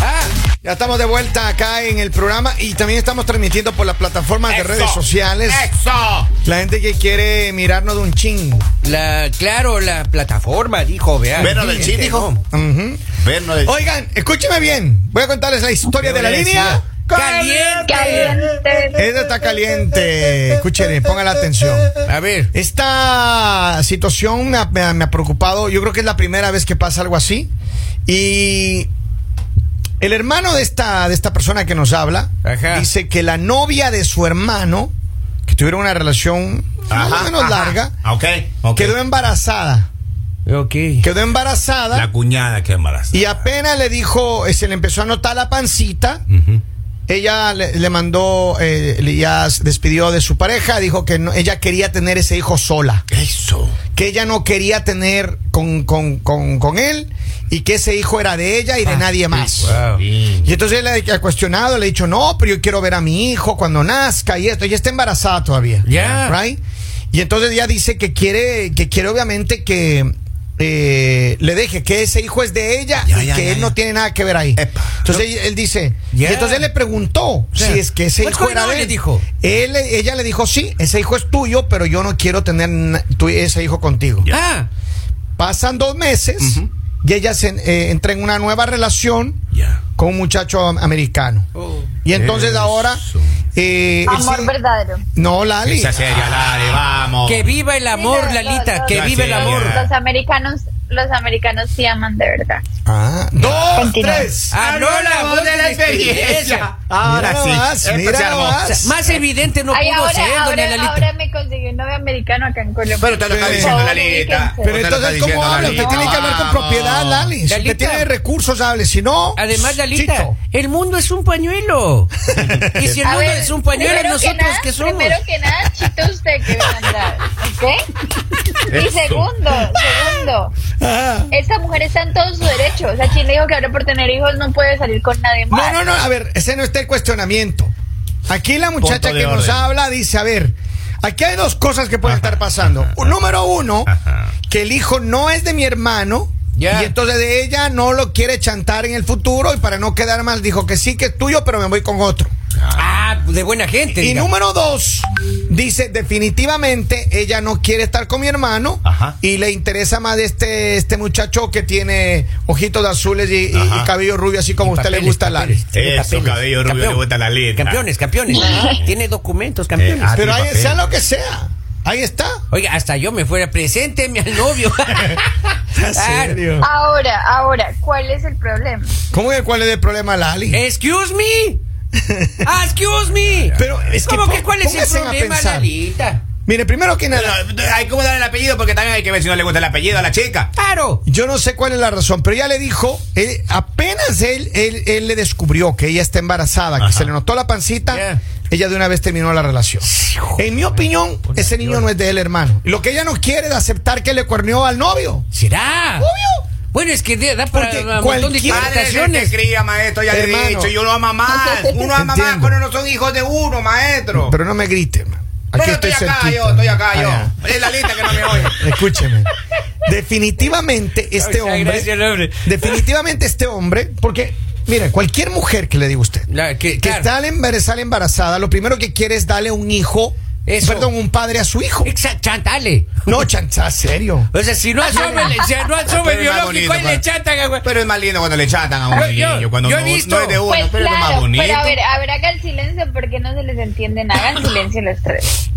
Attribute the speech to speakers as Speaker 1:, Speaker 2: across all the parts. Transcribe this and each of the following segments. Speaker 1: Ah, Ya estamos de vuelta acá en el programa y también estamos transmitiendo por las plataformas de
Speaker 2: Eso,
Speaker 1: redes sociales.
Speaker 2: ¡Eso!
Speaker 1: La gente que quiere mirarnos de un ching.
Speaker 3: La, claro, la plataforma dijo, vea.
Speaker 2: Vernos del chin, dijo.
Speaker 1: Ujú.
Speaker 2: Vernos del
Speaker 1: Oigan, escúcheme bien. Voy a contarles la historia de la línea.
Speaker 3: Caliente.
Speaker 4: Caliente.
Speaker 1: Esa está caliente. Escuchen, pongan la atención.
Speaker 3: A ver.
Speaker 1: Esta situación me ha, me ha- me ha preocupado. Yo creo que es la primera vez que pasa algo así. Y el hermano de esta, de esta persona que nos habla
Speaker 3: Ajá.
Speaker 1: dice que la novia de su hermano, que tuvieron una relación más o menos
Speaker 2: ajá.
Speaker 1: larga,
Speaker 2: Ah, Ok, ok.
Speaker 1: quedó embarazada.
Speaker 3: Ok.
Speaker 1: Quedó embarazada.
Speaker 2: La cuñada que embarazada.
Speaker 1: Y apenas le dijo, eh, se le empezó a notar la pancita.
Speaker 2: Ujú.
Speaker 1: Ella le, le mandó, eh, le- ya se despidió de su pareja, dijo que no- ella quería tener ese hijo sola,
Speaker 2: Eso.
Speaker 1: que ella no quería tener con, con- con- con él y que ese hijo era de ella y de nadie más.
Speaker 3: Wow.
Speaker 1: Y entonces él le ha cuestionado, le ha dicho, no, pero yo quiero ver a mi hijo cuando nazca y esto. Ella está embarazada todavía.
Speaker 3: Ya.
Speaker 1: Right? Y entonces ella dice que quiere, que quiere obviamente que eh, le deje que ese hijo es de ella
Speaker 2: Ya,
Speaker 1: y
Speaker 2: ya,
Speaker 1: que
Speaker 2: ya,
Speaker 1: él
Speaker 2: ya.
Speaker 1: no tiene nada que ver ahí.
Speaker 2: Epa.
Speaker 1: Entonces él, él dice,
Speaker 3: Ya.
Speaker 1: y entonces él le preguntó
Speaker 3: sea,
Speaker 1: si es que ese
Speaker 2: Pues,
Speaker 3: what's
Speaker 1: hijo
Speaker 3: going
Speaker 1: era
Speaker 3: on,
Speaker 1: de él.
Speaker 3: le dijo.
Speaker 1: Él- ella le dijo, sí, ese hijo es tuyo, pero yo no quiero tener na- tu- ese hijo contigo.
Speaker 3: Ah,
Speaker 1: Pasan dos meses y ella se, eh, entra en una nueva relación
Speaker 2: Ya.
Speaker 1: con un muchacho am- americano.
Speaker 3: Oh.
Speaker 1: y entonces
Speaker 2: Eso.
Speaker 1: ahora... eh, él
Speaker 4: Amor
Speaker 1: sí-
Speaker 4: verdadero.
Speaker 1: No, Lali.
Speaker 2: Esa seria, Lali,
Speaker 1: Ah.
Speaker 2: vamos.
Speaker 3: que viva el amor,
Speaker 4: Sí, lo-
Speaker 3: Lalita.
Speaker 4: lo-
Speaker 3: Que
Speaker 2: lo-
Speaker 3: viva el
Speaker 2: sí,
Speaker 3: amor.
Speaker 2: ya.
Speaker 4: Los americanos, los americanos sí aman de verdad.
Speaker 1: Ah, dos,
Speaker 4: Continúa.
Speaker 1: tres.
Speaker 2: Ah,
Speaker 3: Habló la voz de la experiencia.
Speaker 1: Ahora
Speaker 2: Mira
Speaker 1: sí.
Speaker 2: nomás,
Speaker 1: Esto
Speaker 2: mira
Speaker 1: se armó.
Speaker 2: nomás.
Speaker 3: O sea, más evidente no
Speaker 4: Ay,
Speaker 3: pudo
Speaker 4: ahora,
Speaker 3: ser, doña
Speaker 4: ahora,
Speaker 3: Lalita.
Speaker 4: ahora me conseguí un novio americano acá en Colombia.
Speaker 2: Pero te lo está
Speaker 1: Pero-
Speaker 2: diciendo
Speaker 4: Pobre
Speaker 2: Lalita.
Speaker 4: Dickinson.
Speaker 1: Pero
Speaker 2: Te lo está
Speaker 1: entonces, ¿cómo
Speaker 2: diciendo
Speaker 1: habla? Usted
Speaker 2: Lalita.
Speaker 1: tiene que hablar con
Speaker 2: Vamos.
Speaker 1: propiedad, Lali. Si usted
Speaker 3: Lalita.
Speaker 1: tiene recursos, hable. Si no.
Speaker 3: Además, Lalita,
Speaker 1: chito.
Speaker 3: el mundo es un pañuelo. y si el
Speaker 4: A
Speaker 3: mundo
Speaker 4: ver,
Speaker 3: es un pañuelo,
Speaker 4: primero
Speaker 3: nosotros que,
Speaker 4: nada,
Speaker 3: somos.
Speaker 4: Primero que nada, chito usted que va a andar, ¿ok? Y
Speaker 2: Eso.
Speaker 4: segundo, segundo, esta mujer está en todo su derecho. O sea, quien le dijo que ahora por tener hijos no puede salir con nadie
Speaker 1: No,
Speaker 4: más.
Speaker 1: no, no. A ver, ese no está el cuestionamiento. Aquí la muchacha
Speaker 2: Punto de
Speaker 1: que nos
Speaker 2: orden.
Speaker 1: habla dice: A ver, aquí hay dos cosas que pueden
Speaker 2: Ajá,
Speaker 1: estar pasando.
Speaker 2: ajá,
Speaker 1: Número uno,
Speaker 2: Ajá.
Speaker 1: que el hijo no es de mi hermano.
Speaker 3: Ya.
Speaker 1: Y entonces de ella no lo quiere chantar en el futuro. Y para no quedar mal, dijo que sí que es tuyo, pero me voy con otro.
Speaker 3: Ah, de buena gente.
Speaker 1: Y
Speaker 3: diga.
Speaker 1: número dos, dice definitivamente ella no quiere estar con mi hermano
Speaker 2: Ajá.
Speaker 1: y le interesa más este, este muchacho que tiene ojitos de azules y, y-
Speaker 2: Ajá.
Speaker 1: y cabello rubio así como a usted
Speaker 3: Papeles,
Speaker 1: le gusta la...
Speaker 3: papeles, tiene
Speaker 2: Eso, cabello rubio, le gusta la letra.
Speaker 3: Campeones, campenes. Tiene documentos, campeones.
Speaker 2: Eh, ah, tiene
Speaker 1: Pero ahí,
Speaker 2: papeles.
Speaker 1: sea lo que sea, ahí está.
Speaker 3: Oiga, hasta yo me fuera presente, mi novio. Claro.
Speaker 4: Ahora, ahora, ¿cuál es el problema?
Speaker 1: ¿Cómo que cuál es el problema, Lali?
Speaker 3: Eh. Excuse me. Ah, excuse me.
Speaker 1: Pero es que
Speaker 3: ¿Cómo
Speaker 1: pon-
Speaker 3: que cuál es el
Speaker 1: pónganse a
Speaker 3: problema,
Speaker 1: pensar.
Speaker 3: Lalita?
Speaker 1: Mire, primero que
Speaker 2: Pero,
Speaker 1: nada,
Speaker 2: Hay que dar el apellido porque también hay que ver si no le gusta el apellido a la chica.
Speaker 3: Claro.
Speaker 1: yo no sé cuál es la razón, pero ya le dijo, él- apenas él, él, él le descubrió que ella está embarazada, que
Speaker 2: Ajá.
Speaker 1: se le notó la pancita,
Speaker 3: Ya.
Speaker 1: ella de una vez terminó la relación. En mi opinión, ese niño no es de él, hermano. Lo que ella no quiere es aceptar que le cuernió al novio.
Speaker 3: ¿Será?
Speaker 1: Obvio.
Speaker 3: Bueno, es que de- da para
Speaker 1: Porque este
Speaker 3: un montón de
Speaker 1: cualquier-
Speaker 2: Padre es el
Speaker 3: interpretaciones.
Speaker 2: que cría, maestro, ya le
Speaker 1: Hermano.
Speaker 2: he dicho. Y uno ama más. Uno ama más,
Speaker 1: Entiendo.
Speaker 2: pero no son hijos de uno, maestro.
Speaker 1: Pero no me grite, hermano.
Speaker 2: Pero
Speaker 1: Aquí
Speaker 2: estoy,
Speaker 1: estoy
Speaker 2: acá,
Speaker 1: cerquita.
Speaker 2: yo, estoy acá,
Speaker 1: Ah,
Speaker 2: yo. Es la lista que no me oye.
Speaker 1: ya. Escúcheme. Definitivamente este
Speaker 3: Ay,
Speaker 1: hombre.
Speaker 3: gracias, hombre.
Speaker 1: Definitivamente este hombre, porque, mira, cualquier mujer que le diga a usted
Speaker 3: La- que-
Speaker 1: que
Speaker 3: claro.
Speaker 1: está al embar- sale embarazada, lo primero que quiere es darle un hijo,
Speaker 3: Eso.
Speaker 1: perdón, un padre a su hijo.
Speaker 3: Exa- chantale.
Speaker 1: No, chanza, serio.
Speaker 3: O sea, si no asome, si no asome
Speaker 2: Pero es más
Speaker 3: biológico, ahí
Speaker 2: bonito,
Speaker 3: le
Speaker 2: pa-
Speaker 3: chantan, güey.
Speaker 2: Pero es más lindo cuando le chatan a un
Speaker 3: Yo- yo-
Speaker 2: niño. cuando
Speaker 3: yo he
Speaker 2: no,
Speaker 3: visto.
Speaker 2: no es de uno,
Speaker 4: Pues
Speaker 2: pero es lo más
Speaker 4: claro,
Speaker 2: bonito.
Speaker 4: pero a ver, a ver, haga el silencio porque no se les entienden. Hagan silencio los tres.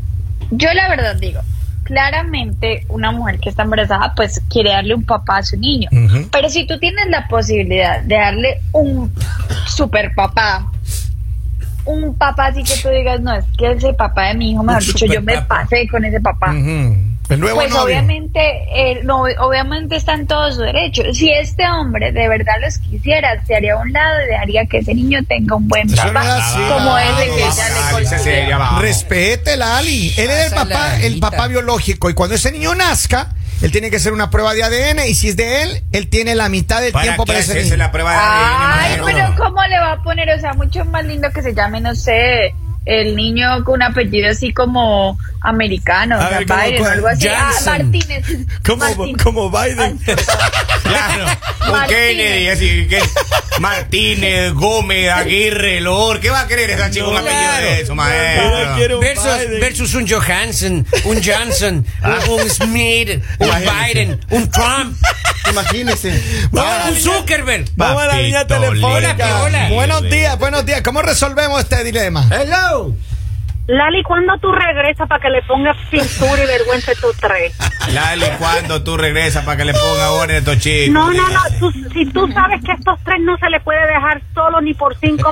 Speaker 4: Yo la verdad digo, claramente una mujer que está embarazada pues quiere darle un papá a su niño.
Speaker 1: Ujú.
Speaker 4: Pero si tú tienes la posibilidad de darle un super papá, un papá así que tú digas, no, es que ese papá de mi hijo, mejor dicho, yo me
Speaker 3: superpapá.
Speaker 4: pasé con ese papá.
Speaker 1: Ujú. El nuevo
Speaker 4: Pues
Speaker 1: novio.
Speaker 4: obviamente, eh, no, obviamente está en todo su derecho. Si este hombre de verdad los quisiera, se haría a un lado y dejaría que ese niño tenga un buen
Speaker 1: Eso no
Speaker 4: papá.
Speaker 1: es así.
Speaker 4: Como ese que
Speaker 2: Vamos,
Speaker 4: ya
Speaker 2: Lali,
Speaker 4: le
Speaker 2: ese
Speaker 4: consiguió.
Speaker 2: sería, vamos.
Speaker 1: Respete, Lali. Él es el
Speaker 3: Pasa
Speaker 1: papá,
Speaker 3: la
Speaker 1: el
Speaker 3: hijita.
Speaker 1: papá biológico. Y cuando ese niño nazca, él tiene que hacer una prueba de ADN. Y si es de él, él tiene la mitad del
Speaker 2: ¿Para
Speaker 1: tiempo
Speaker 2: qué
Speaker 1: para ese
Speaker 2: hacerse
Speaker 1: niño.
Speaker 2: la prueba de
Speaker 4: Ay,
Speaker 2: ADN, maestro?
Speaker 4: pero ¿cómo le va a poner? O sea, mucho más lindo que se llame, no sé, el niño con un apellido así como americano,
Speaker 1: A
Speaker 4: o sea,
Speaker 1: ver, ¿cómo
Speaker 4: Biden o
Speaker 1: cuál?
Speaker 4: algo así. Ah,
Speaker 3: Johnson.
Speaker 4: Martínez.
Speaker 1: Como,
Speaker 4: Martínez.
Speaker 1: como Biden.
Speaker 2: Claro. O
Speaker 4: Martínez.
Speaker 2: Kennedy, así que Martínez, Gómez, Aguirre, Lor. ¿Qué va a querer esa chica con
Speaker 3: Claro.
Speaker 2: apellido de eso,
Speaker 1: Yo quiero-
Speaker 2: maestro?
Speaker 1: un
Speaker 3: Versus,
Speaker 1: Biden.
Speaker 3: versus un Johansson, un Johnson,
Speaker 1: Ah.
Speaker 3: un, un Smith, un
Speaker 1: Imagínense.
Speaker 3: Biden, un Trump,
Speaker 5: Imagínese.
Speaker 3: un Zuckerberg.
Speaker 1: Vamos a la línea
Speaker 2: Papito
Speaker 1: telefónica.
Speaker 3: lindo. Hola, hola.
Speaker 1: Buenos días, buenos días. ¿Cómo resolvemos este dilema?
Speaker 3: Hello.
Speaker 6: Lali, ¿cuándo tú regresas para que le pongas pintura y vergüenza a estos tres?
Speaker 2: Lali, ¿cuándo tú regresas para que le ponga orden a estos chicos?
Speaker 6: No, no, no. tú- si tú sabes que a estos tres no se les puede dejar solo ni por cinco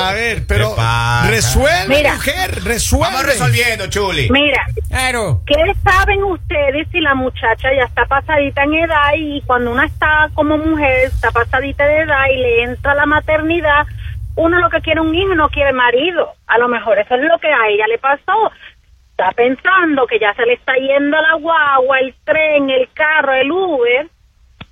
Speaker 1: A ver, pero
Speaker 2: ¿Qué pasa?
Speaker 1: resuelve,
Speaker 6: Mira.
Speaker 1: mujer, resuelve.
Speaker 2: Vamos resolviendo, Chuli.
Speaker 6: Mira,
Speaker 3: Claro.
Speaker 6: ¿qué saben ustedes si la muchacha ya está pasadita en edad y cuando una está como mujer, está pasadita de edad y le entra la maternidad, uno lo que quiere un hijo no quiere marido? A lo mejor eso es lo que a ella le pasó. Está pensando que ya se le está yendo la guagua, el tren, el carro, el Uber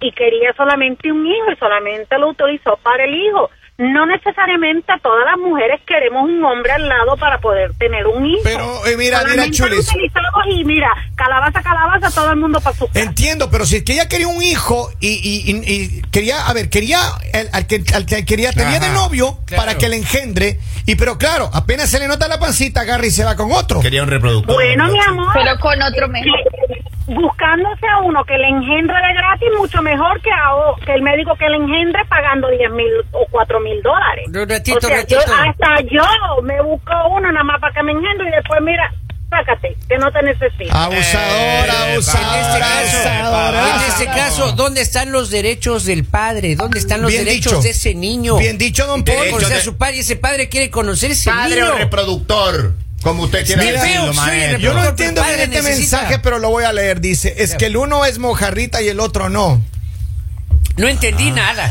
Speaker 6: y quería solamente un hijo y solamente lo utilizó para el hijo. No necesariamente todas las mujeres queremos un hombre al lado para poder tener un hijo.
Speaker 1: Pero, eh, mira, mira,
Speaker 6: Solamente
Speaker 1: Chulis.
Speaker 6: lo utilizamos y mira, calabaza, calabaza, todo el mundo para su casa.
Speaker 1: Entiendo, pero si es que ella quería un hijo y, y- y- y quería, a ver, quería el- al que, al que quería, tenía de
Speaker 2: Ajá,
Speaker 1: novio
Speaker 3: claro.
Speaker 1: para que le engendre, y pero claro, apenas se le nota la pancita, agarra y se va con otro.
Speaker 2: Quería un reproductor.
Speaker 6: Bueno, mi amor.
Speaker 4: Pero con otro mejor.
Speaker 6: que- Buscándose a uno que le engendre de gratis, mucho mejor que a o- que el médico que le engendre pagando 10 mil o 4 mil dólares.
Speaker 3: Un ratito,
Speaker 6: o sea,
Speaker 3: ratito.
Speaker 6: yo- hasta yo me busco uno nada más para que me engendre y después, mira, sácate, que no te necesito.
Speaker 3: Ah,
Speaker 1: Abusadora,
Speaker 2: Eh,
Speaker 3: En
Speaker 1: abusadora,
Speaker 3: este
Speaker 2: Ahora,
Speaker 3: caso,
Speaker 1: abusadora.
Speaker 3: en este caso, ¿dónde están los derechos del padre? ¿Dónde están los
Speaker 1: Bien
Speaker 3: derechos
Speaker 1: dicho.
Speaker 3: de ese niño?
Speaker 1: Bien dicho, don
Speaker 3: Quiere
Speaker 1: Paul.
Speaker 2: Derechos
Speaker 3: conocer a
Speaker 2: de-
Speaker 3: su padre y ese padre quiere conocer a ese
Speaker 2: Padre
Speaker 3: niño.
Speaker 2: o reproductor. Como usted quiera
Speaker 1: Mira,
Speaker 2: decirlo,
Speaker 3: feo, soy el
Speaker 2: maestro.
Speaker 1: Yo no
Speaker 3: Pero
Speaker 1: entiendo
Speaker 3: el padre
Speaker 1: bien este
Speaker 3: necesita.
Speaker 1: mensaje, pero lo voy a leer. Dice, es que el uno es mojarrita y el otro no.
Speaker 3: No entendí
Speaker 2: Ah.
Speaker 3: nada.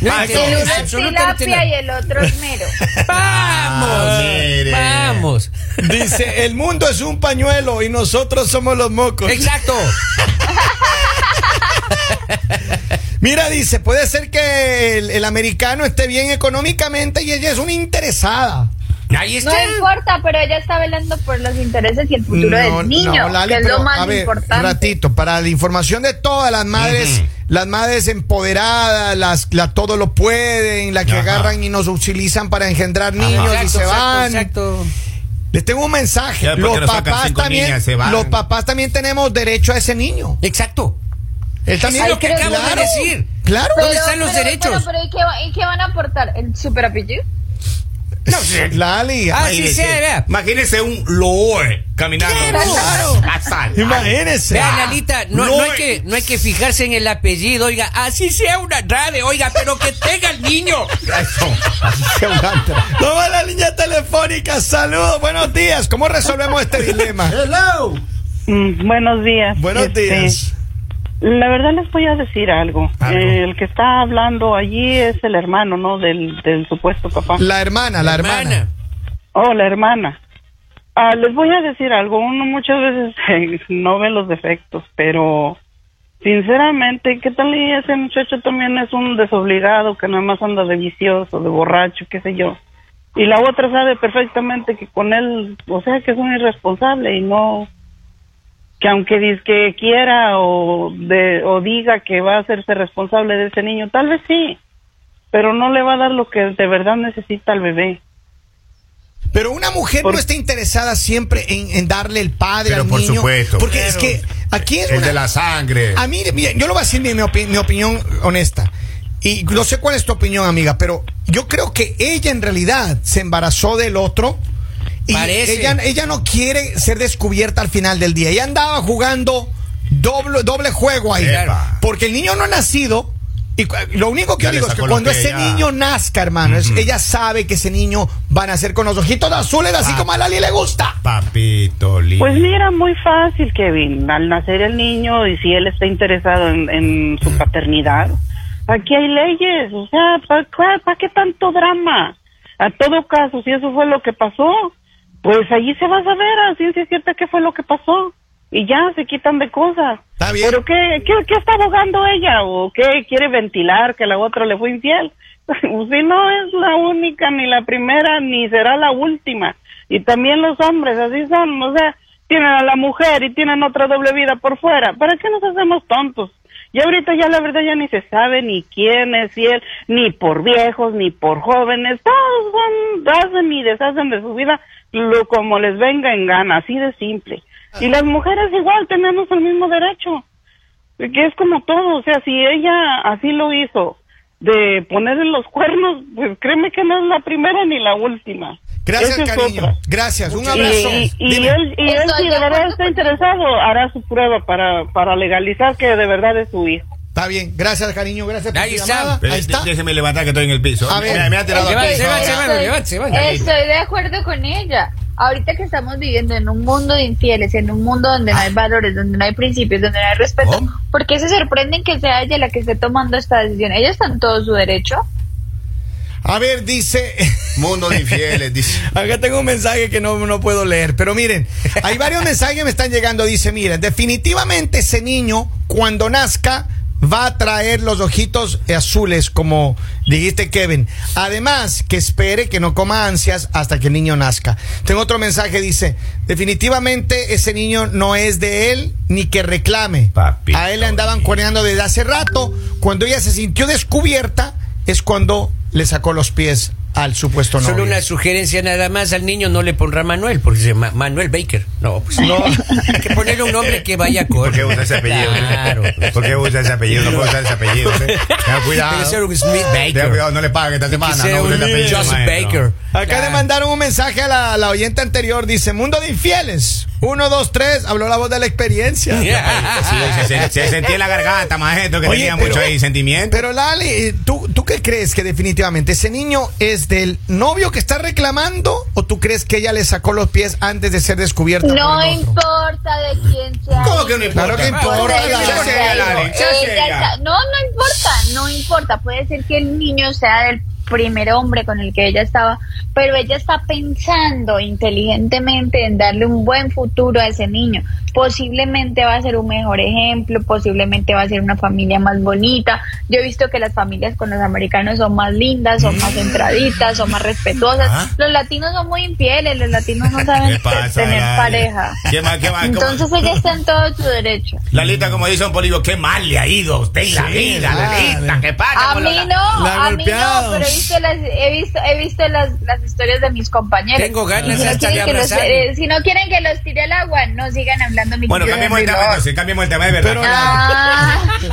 Speaker 3: No
Speaker 1: Ah,
Speaker 3: entendí
Speaker 4: El uno es
Speaker 3: absolutamente
Speaker 4: tilapia y
Speaker 3: nada.
Speaker 4: el otro es mero.
Speaker 2: Ah,
Speaker 3: Vamos,
Speaker 2: mire.
Speaker 3: vamos.
Speaker 1: Dice, el mundo es un pañuelo y nosotros somos los mocos.
Speaker 3: Exacto.
Speaker 1: Mira, dice, puede ser que el, el americano esté bien económicamente y ella es una interesada.
Speaker 3: Ahí está.
Speaker 4: No importa, pero ella está velando por los intereses y el futuro del niño,
Speaker 1: no, Lali,
Speaker 4: que es
Speaker 1: pero,
Speaker 4: lo más
Speaker 1: a ver,
Speaker 4: importante.
Speaker 1: un ratito, para la información de todas las madres, las madres empoderadas, las, las todo lo pueden, las que
Speaker 2: Ajá.
Speaker 1: agarran y nos utilizan para engendrar niños
Speaker 3: Exacto,
Speaker 1: y se
Speaker 3: exacto,
Speaker 1: van.
Speaker 3: Exacto.
Speaker 1: Les tengo un mensaje.
Speaker 2: Ya después que
Speaker 1: Los
Speaker 2: nos sacan
Speaker 1: papás,
Speaker 2: cinco
Speaker 1: también,
Speaker 2: niñas, se van.
Speaker 1: los papás también tenemos derecho a ese niño.
Speaker 3: Exacto.
Speaker 1: Él también
Speaker 3: es
Speaker 4: lo que acabo de
Speaker 3: decir.
Speaker 1: Claro.
Speaker 3: ¿Dónde están los derechos?
Speaker 4: Pero, pero, ¿y, qué, va- y qué van a aportar? ¿El super apellido?
Speaker 1: Lali,
Speaker 3: Ah,
Speaker 1: ay,
Speaker 3: sí, sí, vea.
Speaker 2: Imagínese un Lord caminando.
Speaker 1: Claro.
Speaker 2: Casal.
Speaker 1: imagínense.
Speaker 3: Vean, Lalita, no,
Speaker 2: No
Speaker 3: no hay
Speaker 2: es-
Speaker 3: que, no hay que fijarse en el apellido, oiga, así sea una rave, oiga, pero que tenga el niño.
Speaker 1: Toma la línea telefónica. Saludos, buenos días. ¿Cómo resolvemos este dilema?
Speaker 5: Hello.
Speaker 7: Mm, Buenos días.
Speaker 1: Buenos
Speaker 7: Este,
Speaker 1: días.
Speaker 7: La verdad les voy a decir algo.
Speaker 1: Algo.
Speaker 7: Eh, el que está hablando allí es el hermano, ¿no? Del, del supuesto papá.
Speaker 1: La hermana, la hermana.
Speaker 7: Oh, la hermana. Ah, les voy a decir algo. Uno muchas veces eh, no ve los defectos, pero sinceramente, ¿qué tal y ese muchacho también es un desobligado que nada más anda de vicioso, de borracho, qué sé yo? Y la otra sabe perfectamente que con él, o sea, que es un irresponsable y no que aunque dice que quiera o de o diga que va a hacerse responsable de ese niño, tal vez sí, pero no le va a dar lo que de verdad necesita al bebé.
Speaker 1: Pero una mujer
Speaker 7: Por-
Speaker 1: no está interesada siempre en, en darle el padre
Speaker 2: Pero
Speaker 1: al
Speaker 2: por
Speaker 1: niño.
Speaker 2: supuesto.
Speaker 1: Porque
Speaker 2: Claro.
Speaker 1: es que aquí es
Speaker 2: El
Speaker 1: una-
Speaker 2: de la sangre.
Speaker 1: A mí, mira, yo lo voy a decir mi, mi opi- mi opinión honesta. Y no sé cuál es tu opinión, amiga, pero yo creo que ella en realidad se embarazó del otro. Y
Speaker 3: Parece.
Speaker 1: ella, ella no quiere ser descubierta al final del día. Ella andaba jugando doble, doble juego ahí.
Speaker 2: Epa.
Speaker 1: Porque el niño no ha nacido. Y cu- lo único que
Speaker 2: Ya
Speaker 1: yo
Speaker 2: le
Speaker 1: digo es que
Speaker 2: sacó lo
Speaker 1: cuando
Speaker 2: que
Speaker 1: ese
Speaker 2: ella-
Speaker 1: niño nazca, hermano, es- ella sabe que ese niño va a nacer con los ojitos azules, así
Speaker 2: Ah.
Speaker 1: como a Lali le gusta.
Speaker 2: Papito lindo.
Speaker 7: Pues mira, muy fácil, Kevin. Al nacer el niño y si él está interesado en, en su paternidad, aquí hay leyes. O sea, ¿para qué tanto drama? A todo caso, si eso fue lo que pasó, pues allí se va a saber a ciencia cierta qué fue lo que pasó. Y ya se quitan de cosas.
Speaker 1: Está bien.
Speaker 7: Pero ¿qué, qué, qué está abogando ella? ¿O qué quiere ventilar que la otra le fue infiel? Pues, Si no es la única, ni la primera, ni será la última. Y también los hombres, así son. O sea, tienen a la mujer y tienen otra doble vida por fuera. ¿Para qué nos hacemos tontos? Y ahorita ya la verdad ya ni se sabe ni quién es él, ni por viejos, ni por jóvenes. Todos van, hacen y deshacen de su vida lo como les venga en gana, así de simple. Y las mujeres igual tenemos el mismo derecho que es como todo, o sea, si ella así lo hizo, de ponerle los cuernos, pues créeme que no es la primera ni la última.
Speaker 1: Gracias,
Speaker 7: Esa es
Speaker 1: cariño.
Speaker 7: otra.
Speaker 1: Gracias. Un
Speaker 7: Y,
Speaker 1: abrazo.
Speaker 7: y- y
Speaker 1: Dime.
Speaker 7: él, y él,
Speaker 4: Estoy
Speaker 7: si
Speaker 4: de
Speaker 7: de verdad
Speaker 4: acuerdo
Speaker 7: está
Speaker 4: con-
Speaker 7: interesado, hará su prueba para, para legalizar que de verdad es su hijo.
Speaker 1: Está bien. Gracias, cariño. Gracias por
Speaker 3: Ahí
Speaker 1: tu
Speaker 3: está.
Speaker 1: llamada. Ahí está.
Speaker 2: Déjeme levantar que estoy en el piso.
Speaker 1: A ver.
Speaker 2: Me, me ha tirado
Speaker 3: Se
Speaker 2: al
Speaker 3: va,
Speaker 2: piso.
Speaker 3: se va, se va. Bueno,
Speaker 4: Estoy-
Speaker 3: llévate, vale.
Speaker 4: Estoy de acuerdo con ella. Ahorita que estamos viviendo en un mundo de infieles, en un mundo donde no hay valores, donde no hay principios, donde no hay respeto,
Speaker 1: ¿Oh?
Speaker 2: ¿Cómo?
Speaker 4: ¿por qué se sorprenden que sea ella la que esté tomando esta decisión? Ella está en todo su derecho.
Speaker 1: A ver, dice.
Speaker 2: Mundo de infieles, dice.
Speaker 1: Acá tengo un mensaje que no, no puedo leer, pero miren, hay varios mensajes que me están llegando. Dice, miren, definitivamente ese niño, cuando nazca, va a traer los ojitos azules, como dijiste, Kevin. Además, que espere que no coma ansias hasta que el niño nazca. Tengo otro mensaje, dice, definitivamente ese niño no es de él ni que reclame.
Speaker 2: Papito
Speaker 1: a él le andaban cuerneando desde hace rato. Cuando ella se sintió descubierta, es cuando le sacó los pies al supuesto novio.
Speaker 3: Solo una sugerencia nada más al niño no le pondrá Manuel, porque se llama Manuel Baker. No, pues no. Hay que ponerle un nombre que vaya con.
Speaker 2: ¿Por qué usa ese apellido?
Speaker 3: Claro. pues.
Speaker 2: ¿Por qué usa ese apellido? No puede usar ese apellido. ¿eh? Tenga
Speaker 3: Debe ser
Speaker 2: cuidado.
Speaker 3: un Smith
Speaker 2: Tenga
Speaker 3: Baker.
Speaker 2: cuidado, no le paguen esta
Speaker 3: Que
Speaker 2: semana.
Speaker 3: sea
Speaker 2: No
Speaker 3: un
Speaker 2: use ese apellido,
Speaker 3: Joseph
Speaker 2: maestro.
Speaker 3: Baker.
Speaker 1: Acá le
Speaker 3: Claro.
Speaker 1: mandaron un mensaje a la, la oyente anterior. Dice, mundo de infieles. Uno, dos, tres. Habló la voz de la experiencia.
Speaker 2: Sí, se, se- se sentía en la garganta, maestro, que
Speaker 1: Oye,
Speaker 2: tenía
Speaker 1: pero-
Speaker 2: mucho ahí sentimiento.
Speaker 1: Pero Lali, eh, ¿tú, ¿tú qué crees que definitivamente ese niño es del novio que está reclamando o tú crees que ella le sacó los pies antes de ser descubierta?
Speaker 4: No
Speaker 1: por el otro?
Speaker 4: importa de quién sea.
Speaker 2: ¿Cómo que no importa?
Speaker 1: Claro que importa,
Speaker 4: Por
Speaker 1: Lali.
Speaker 4: eso
Speaker 2: Ya
Speaker 4: te
Speaker 2: sería,
Speaker 4: digo,
Speaker 2: Lali, ya
Speaker 4: ella
Speaker 2: sería.
Speaker 4: está- No, no importa, no importa. Puede ser que el niño sea del primer hombre con el que ella estaba, pero ella está pensando inteligentemente en darle un buen futuro a ese niño. Posiblemente va a ser un mejor ejemplo, posiblemente va a ser una familia más bonita. Yo he visto que las familias con los americanos son más lindas, son más centraditas, son más respetuosas.
Speaker 2: Mm. Ah.
Speaker 4: Los latinos son muy infieles, los latinos no saben
Speaker 2: ¿Qué pasa,
Speaker 4: tener
Speaker 2: Lali?
Speaker 4: pareja.
Speaker 2: ¿Qué más, qué más? ¿Cómo?
Speaker 4: Entonces ella está en todo su derecho.
Speaker 2: Lalita, como dice un político, qué mal le ha ido a usted en la
Speaker 1: Sí,
Speaker 2: vida,
Speaker 1: claro.
Speaker 2: Lalita, qué pasa.
Speaker 4: A
Speaker 2: con
Speaker 4: mí
Speaker 2: Lola?
Speaker 4: no,
Speaker 1: la
Speaker 4: a mí
Speaker 1: golpearon.
Speaker 4: no, pero he visto las, he visto, he visto las, las historias de mis compañeros.
Speaker 3: Tengo ganas
Speaker 4: Y si no
Speaker 3: hasta
Speaker 4: quieren
Speaker 3: de
Speaker 4: que los-
Speaker 3: abrazar.
Speaker 4: eh, Si no quieren que los tire al agua, no sigan hablando mi
Speaker 2: Bueno,
Speaker 4: querido
Speaker 2: cambiemos el
Speaker 4: Henry
Speaker 2: tema,
Speaker 4: Lord.
Speaker 2: entonces, cambiemos el tema, de verdad.
Speaker 1: Pero-
Speaker 4: Ah,
Speaker 1: Pero,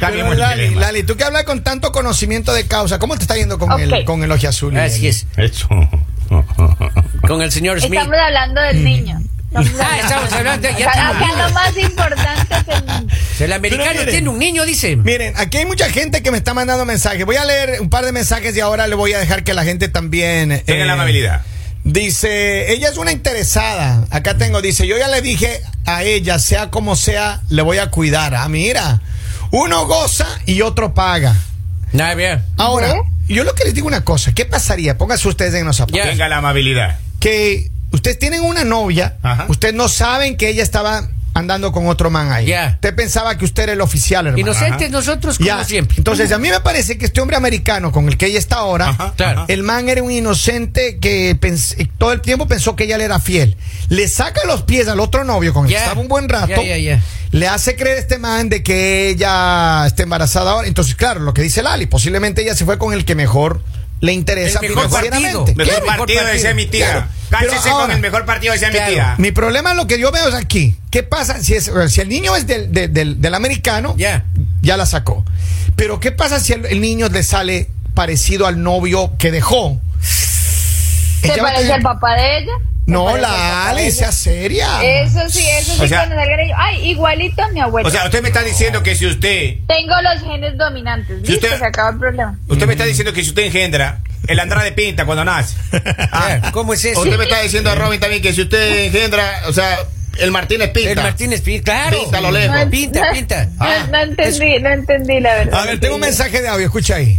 Speaker 2: cambiemos el
Speaker 1: Lali,
Speaker 2: tema.
Speaker 1: pues, Lali, tú que hablas con tanto conocimiento de causa, ¿cómo te está yendo con, el,
Speaker 4: Ok.
Speaker 1: con el ojo azul?
Speaker 3: Así es.
Speaker 2: Eso.
Speaker 3: Con el señor Smith.
Speaker 4: estamos hablando del niño. Estamos
Speaker 3: Pues Ah, estamos hablando. Ya
Speaker 4: Acá,
Speaker 3: estamos
Speaker 4: acá lo
Speaker 3: hablando.
Speaker 4: más importante es el niño.
Speaker 3: El americano
Speaker 1: Pero miren.
Speaker 3: tiene un niño, dice.
Speaker 1: Miren, aquí hay mucha gente que me está mandando mensajes. Voy a leer un par de mensajes y ahora le voy a dejar que la gente también...
Speaker 2: Tenga
Speaker 1: eh,
Speaker 2: la amabilidad.
Speaker 1: Dice, ella es una interesada. Acá tengo, dice, yo ya le dije a ella, sea como sea, le voy a cuidar. Ah, mira, uno goza y otro paga.
Speaker 3: Nada, vea.
Speaker 1: Ahora, yo lo que les digo una cosa, ¿qué pasaría? Pónganse ustedes en los zapatos.
Speaker 3: Ya.
Speaker 2: Tenga la amabilidad.
Speaker 1: Que ustedes tienen una novia,
Speaker 2: Ajá.
Speaker 1: ustedes no saben que ella estaba andando con otro man ahí.
Speaker 3: Ya.
Speaker 1: Usted pensaba que usted era el oficial, hermano.
Speaker 3: Inocentes nosotros, como
Speaker 1: Ya.
Speaker 3: siempre.
Speaker 1: Entonces, a mí me parece que este hombre americano con el que ella está ahora,
Speaker 2: Ajá,
Speaker 3: claro.
Speaker 1: el man era un inocente que pens- eh, todo el tiempo pensó que ella le era fiel. Le saca los pies al otro novio con el
Speaker 3: Ya.
Speaker 1: que estaba un buen rato.
Speaker 3: Ya, ya, ya.
Speaker 1: Le hace creer a este man de que ella está embarazada ahora. Entonces, claro, lo que dice Lali, posiblemente ella se fue con el que mejor le interesa.
Speaker 3: El mejor partido.
Speaker 1: financieramente.
Speaker 2: Mejor
Speaker 3: Claro, mejor
Speaker 2: partido de
Speaker 3: partido.
Speaker 2: ser mi tía.
Speaker 1: Claro.
Speaker 2: Cásese
Speaker 1: Pero
Speaker 2: con
Speaker 1: ahora-
Speaker 2: el mejor partido de ser mi
Speaker 3: Claro.
Speaker 2: tía.
Speaker 1: Mi problema es lo que yo veo es aquí. ¿Qué pasa si, es, si el niño es del, del- del- del americano?
Speaker 3: Ya.
Speaker 1: Ya la sacó. Pero ¿qué pasa si el, el niño le sale parecido al novio que dejó?
Speaker 4: ¿Se
Speaker 1: Ella va a
Speaker 4: parece
Speaker 1: tener-
Speaker 4: al papá de ella? ¿Se
Speaker 1: No,
Speaker 4: parece al
Speaker 1: la
Speaker 4: papá de
Speaker 1: Ale,
Speaker 4: ella?
Speaker 1: sea seria.
Speaker 4: Eso sí, eso sí,
Speaker 2: O sea-
Speaker 4: cuando salgan ellos. Ay, igualito a mi abuelo.
Speaker 2: O sea, usted me está diciendo que si usted.
Speaker 4: Tengo los genes dominantes.
Speaker 2: Si
Speaker 4: Listo,
Speaker 2: usted-
Speaker 4: se acaba el problema.
Speaker 2: Usted me está diciendo que si usted engendra. El Andrade pinta cuando nace.
Speaker 3: Ah, ¿Cómo es eso?
Speaker 2: Usted me está diciendo a Robin también que si usted engendra. O sea, el Martínez pinta.
Speaker 3: El Martínez Pinta, claro.
Speaker 2: Pinta a lo lejos.
Speaker 4: No,
Speaker 3: Pinta,
Speaker 4: no,
Speaker 3: pinta.
Speaker 4: No, no entendí, no entendí la verdad.
Speaker 1: A ver, tengo un mensaje de audio, escucha ahí.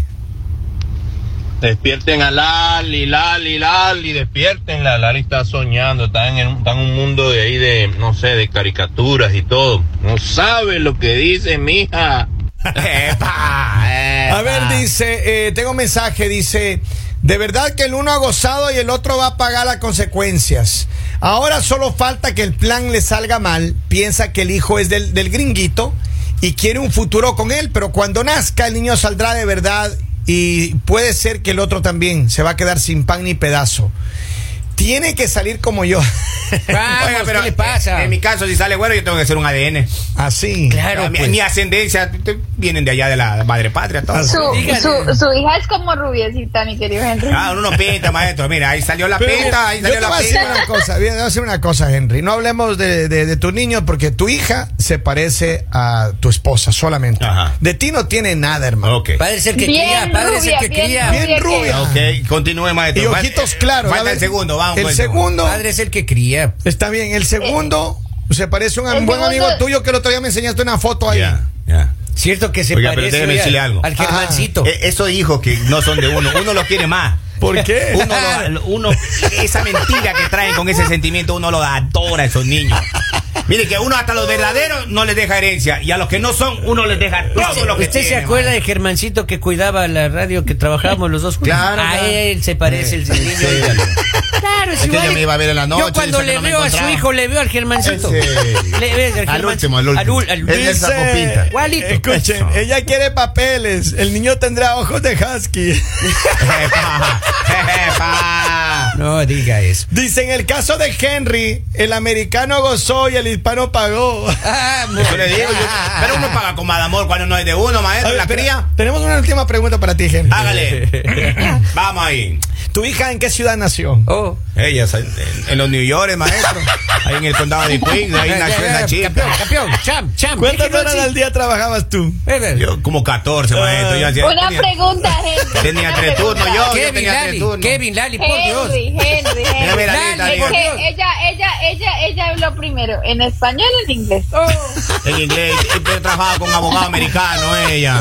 Speaker 5: Despierten a Lali, Lali, Lali, despiertenla. Lali está soñando, está en, el- está en un mundo de ahí de, no sé, de caricaturas y todo. No sabe lo que dice, mija.
Speaker 2: Eh, Epa, epa.
Speaker 1: A ver, dice, eh, tengo un mensaje, dice, de verdad que el uno ha gozado y el otro va a pagar las consecuencias. Ahora solo falta que el plan le salga mal, piensa que el hijo es del, del gringuito y quiere un futuro con él, pero cuando nazca el niño saldrá de verdad y puede ser que el otro también se va a quedar sin pan ni pedazo. Tiene que salir como yo.
Speaker 3: Vamos,
Speaker 2: Oiga, pero
Speaker 3: ¿qué le pasa?
Speaker 2: En mi caso, si sale bueno, yo tengo que hacer un ADN.
Speaker 1: Así.
Speaker 3: Claro,
Speaker 2: mi,
Speaker 3: pues.
Speaker 2: mi ascendencia te- vienen de allá de la madre patria. todo.
Speaker 4: Su,
Speaker 3: Dígale.
Speaker 4: su, su hija es como rubiecita, mi querido Henry.
Speaker 2: Ah, uno no pinta, maestro. Mira, ahí salió la
Speaker 1: Pero
Speaker 2: pinta, ahí
Speaker 1: yo te
Speaker 2: salió
Speaker 1: voy
Speaker 2: la
Speaker 1: a decir
Speaker 2: pinta.
Speaker 1: una cosa, bien, te voy a decir una cosa, Henry. No hablemos de, de- de tu niño porque tu hija se parece a tu esposa solamente.
Speaker 2: Ajá.
Speaker 1: De ti no tiene nada, hermano.
Speaker 2: Ok.
Speaker 3: Padre es el que
Speaker 4: Bien
Speaker 3: cría, padre es el
Speaker 4: rubia,
Speaker 3: que
Speaker 4: bien
Speaker 3: cría.
Speaker 4: rubia.
Speaker 1: Bien rubia.
Speaker 2: Ok, continúe, maestro.
Speaker 1: Y
Speaker 2: Va-
Speaker 1: ojitos claros.
Speaker 2: Falta
Speaker 1: a ver.
Speaker 2: el segundo, vamos. pues, con
Speaker 1: El segundo.
Speaker 3: Padre es el que cría.
Speaker 1: Está bien, el segundo se parece a un
Speaker 4: El
Speaker 1: buen amigo
Speaker 4: segundo-
Speaker 1: tuyo que el otro día me enseñaste una foto ahí.
Speaker 2: Ya, ya.
Speaker 3: Cierto que se
Speaker 2: Oiga, pero
Speaker 3: parece
Speaker 2: déjeme
Speaker 3: oiga,
Speaker 2: decirle algo.
Speaker 3: al
Speaker 1: Ajá.
Speaker 3: Germancito.
Speaker 2: Eh, esos hijos que no son de uno, uno los quiere más.
Speaker 1: ¿Por qué?
Speaker 2: Uno, lo- uno- esa mentira que traen con ese sentimiento, uno los adora a esos niños. Mire que uno hasta los verdaderos no les deja herencia y a los que no son uno les deja todo lo que
Speaker 3: ¿Usted se
Speaker 2: tiene,
Speaker 3: acuerda
Speaker 2: man.
Speaker 3: de Germancito que cuidaba la radio que trabajábamos los dos juntos?
Speaker 2: Claro,
Speaker 3: A
Speaker 2: claro.
Speaker 3: él se parece el niño.
Speaker 2: Sí.
Speaker 3: Claro,
Speaker 2: Es
Speaker 3: es
Speaker 2: que
Speaker 3: igual.
Speaker 2: ella me iba a ver en la noche,
Speaker 3: Yo cuando
Speaker 2: dice que
Speaker 3: le
Speaker 2: no me
Speaker 3: veo a su
Speaker 2: encontraba.
Speaker 3: hijo, le veo al Germancito.
Speaker 2: En serio.
Speaker 3: Le ves al
Speaker 2: Al
Speaker 3: Germancito.
Speaker 2: último, al último.
Speaker 3: ul- al
Speaker 2: Es de esa
Speaker 3: último.
Speaker 2: copita.
Speaker 3: Igualito.
Speaker 1: Escuchen,
Speaker 2: Eso.
Speaker 1: ella quiere papeles. El niño tendrá ojos de husky.
Speaker 2: Epa, epa.
Speaker 3: No diga eso.
Speaker 1: Dice, en el caso de Henry, el americano gozó y el hispano pagó.
Speaker 3: Vamos.
Speaker 2: Yo Pues le digo, yo- pero uno paga con mal amor cuando no es de uno,
Speaker 1: A
Speaker 2: maestro,
Speaker 1: ver,
Speaker 2: la
Speaker 1: espera,
Speaker 2: cría.
Speaker 1: Tenemos una última pregunta para ti, Henry.
Speaker 2: Hágale. Vamos ahí.
Speaker 1: ¿Tu hija en qué ciudad nació?
Speaker 3: Oh.
Speaker 2: Ella es en, en los New York, maestro. Ahí en el condado de Queens, ahí
Speaker 3: Ya,
Speaker 2: nació
Speaker 3: Ah, ya,
Speaker 2: esa
Speaker 3: ya,
Speaker 2: chica.
Speaker 3: Campeón, campeón, champ, champ.
Speaker 1: ¿Cuántas
Speaker 3: Es que no
Speaker 1: horas al
Speaker 3: existe.
Speaker 1: día trabajabas tú?
Speaker 3: Eh, eh,
Speaker 2: Yo como 14, maestro. Yo hacía-
Speaker 4: Una
Speaker 2: tenía-
Speaker 4: pregunta, Henry.
Speaker 2: tenía
Speaker 4: una
Speaker 2: tres
Speaker 4: pregunta.
Speaker 2: turnos yo.
Speaker 3: Kevin
Speaker 2: tenía tres
Speaker 3: Lali,
Speaker 2: turnos.
Speaker 3: Kevin Lali, por Dios.
Speaker 4: Henry, Henry,
Speaker 2: Mira,
Speaker 4: Henry.
Speaker 2: mira,
Speaker 3: Dale,
Speaker 2: Anita,
Speaker 4: Es
Speaker 2: diga,
Speaker 4: que ella, ella, ella, ella habló primero en español o en inglés.
Speaker 2: en inglés. y- y Yo trabajaba con abogado americano, ella.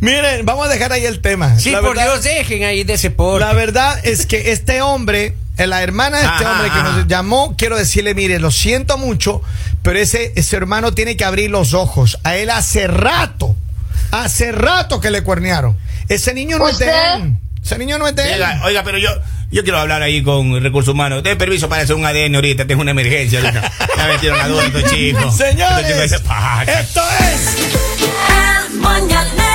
Speaker 1: Miren, vamos a dejar ahí el tema.
Speaker 3: Sí,
Speaker 1: la,
Speaker 3: por
Speaker 1: verdad,
Speaker 3: Dios, dejen ahí de ese por.
Speaker 1: la verdad es que este hombre, eh, la hermana de este
Speaker 2: Ajá,
Speaker 1: hombre que
Speaker 2: ajá.
Speaker 1: nos llamó, quiero decirle, mire, lo siento mucho, pero ese, ese hermano tiene que abrir los ojos. A él hace rato, hace rato que le cuernearon. Ese niño no es
Speaker 4: ¿Usted?
Speaker 1: de él. Ese niño no es de él.
Speaker 2: Oiga, oiga, pero yo, yo quiero hablar ahí con recursos humanos. Den permiso para hacer un ADN ahorita, tengo una emergencia ahorita. Ya metieron la duda estos chicos. Estos chicos
Speaker 1: Señores,
Speaker 2: se pasan.
Speaker 1: esto es...
Speaker 8: El mañanero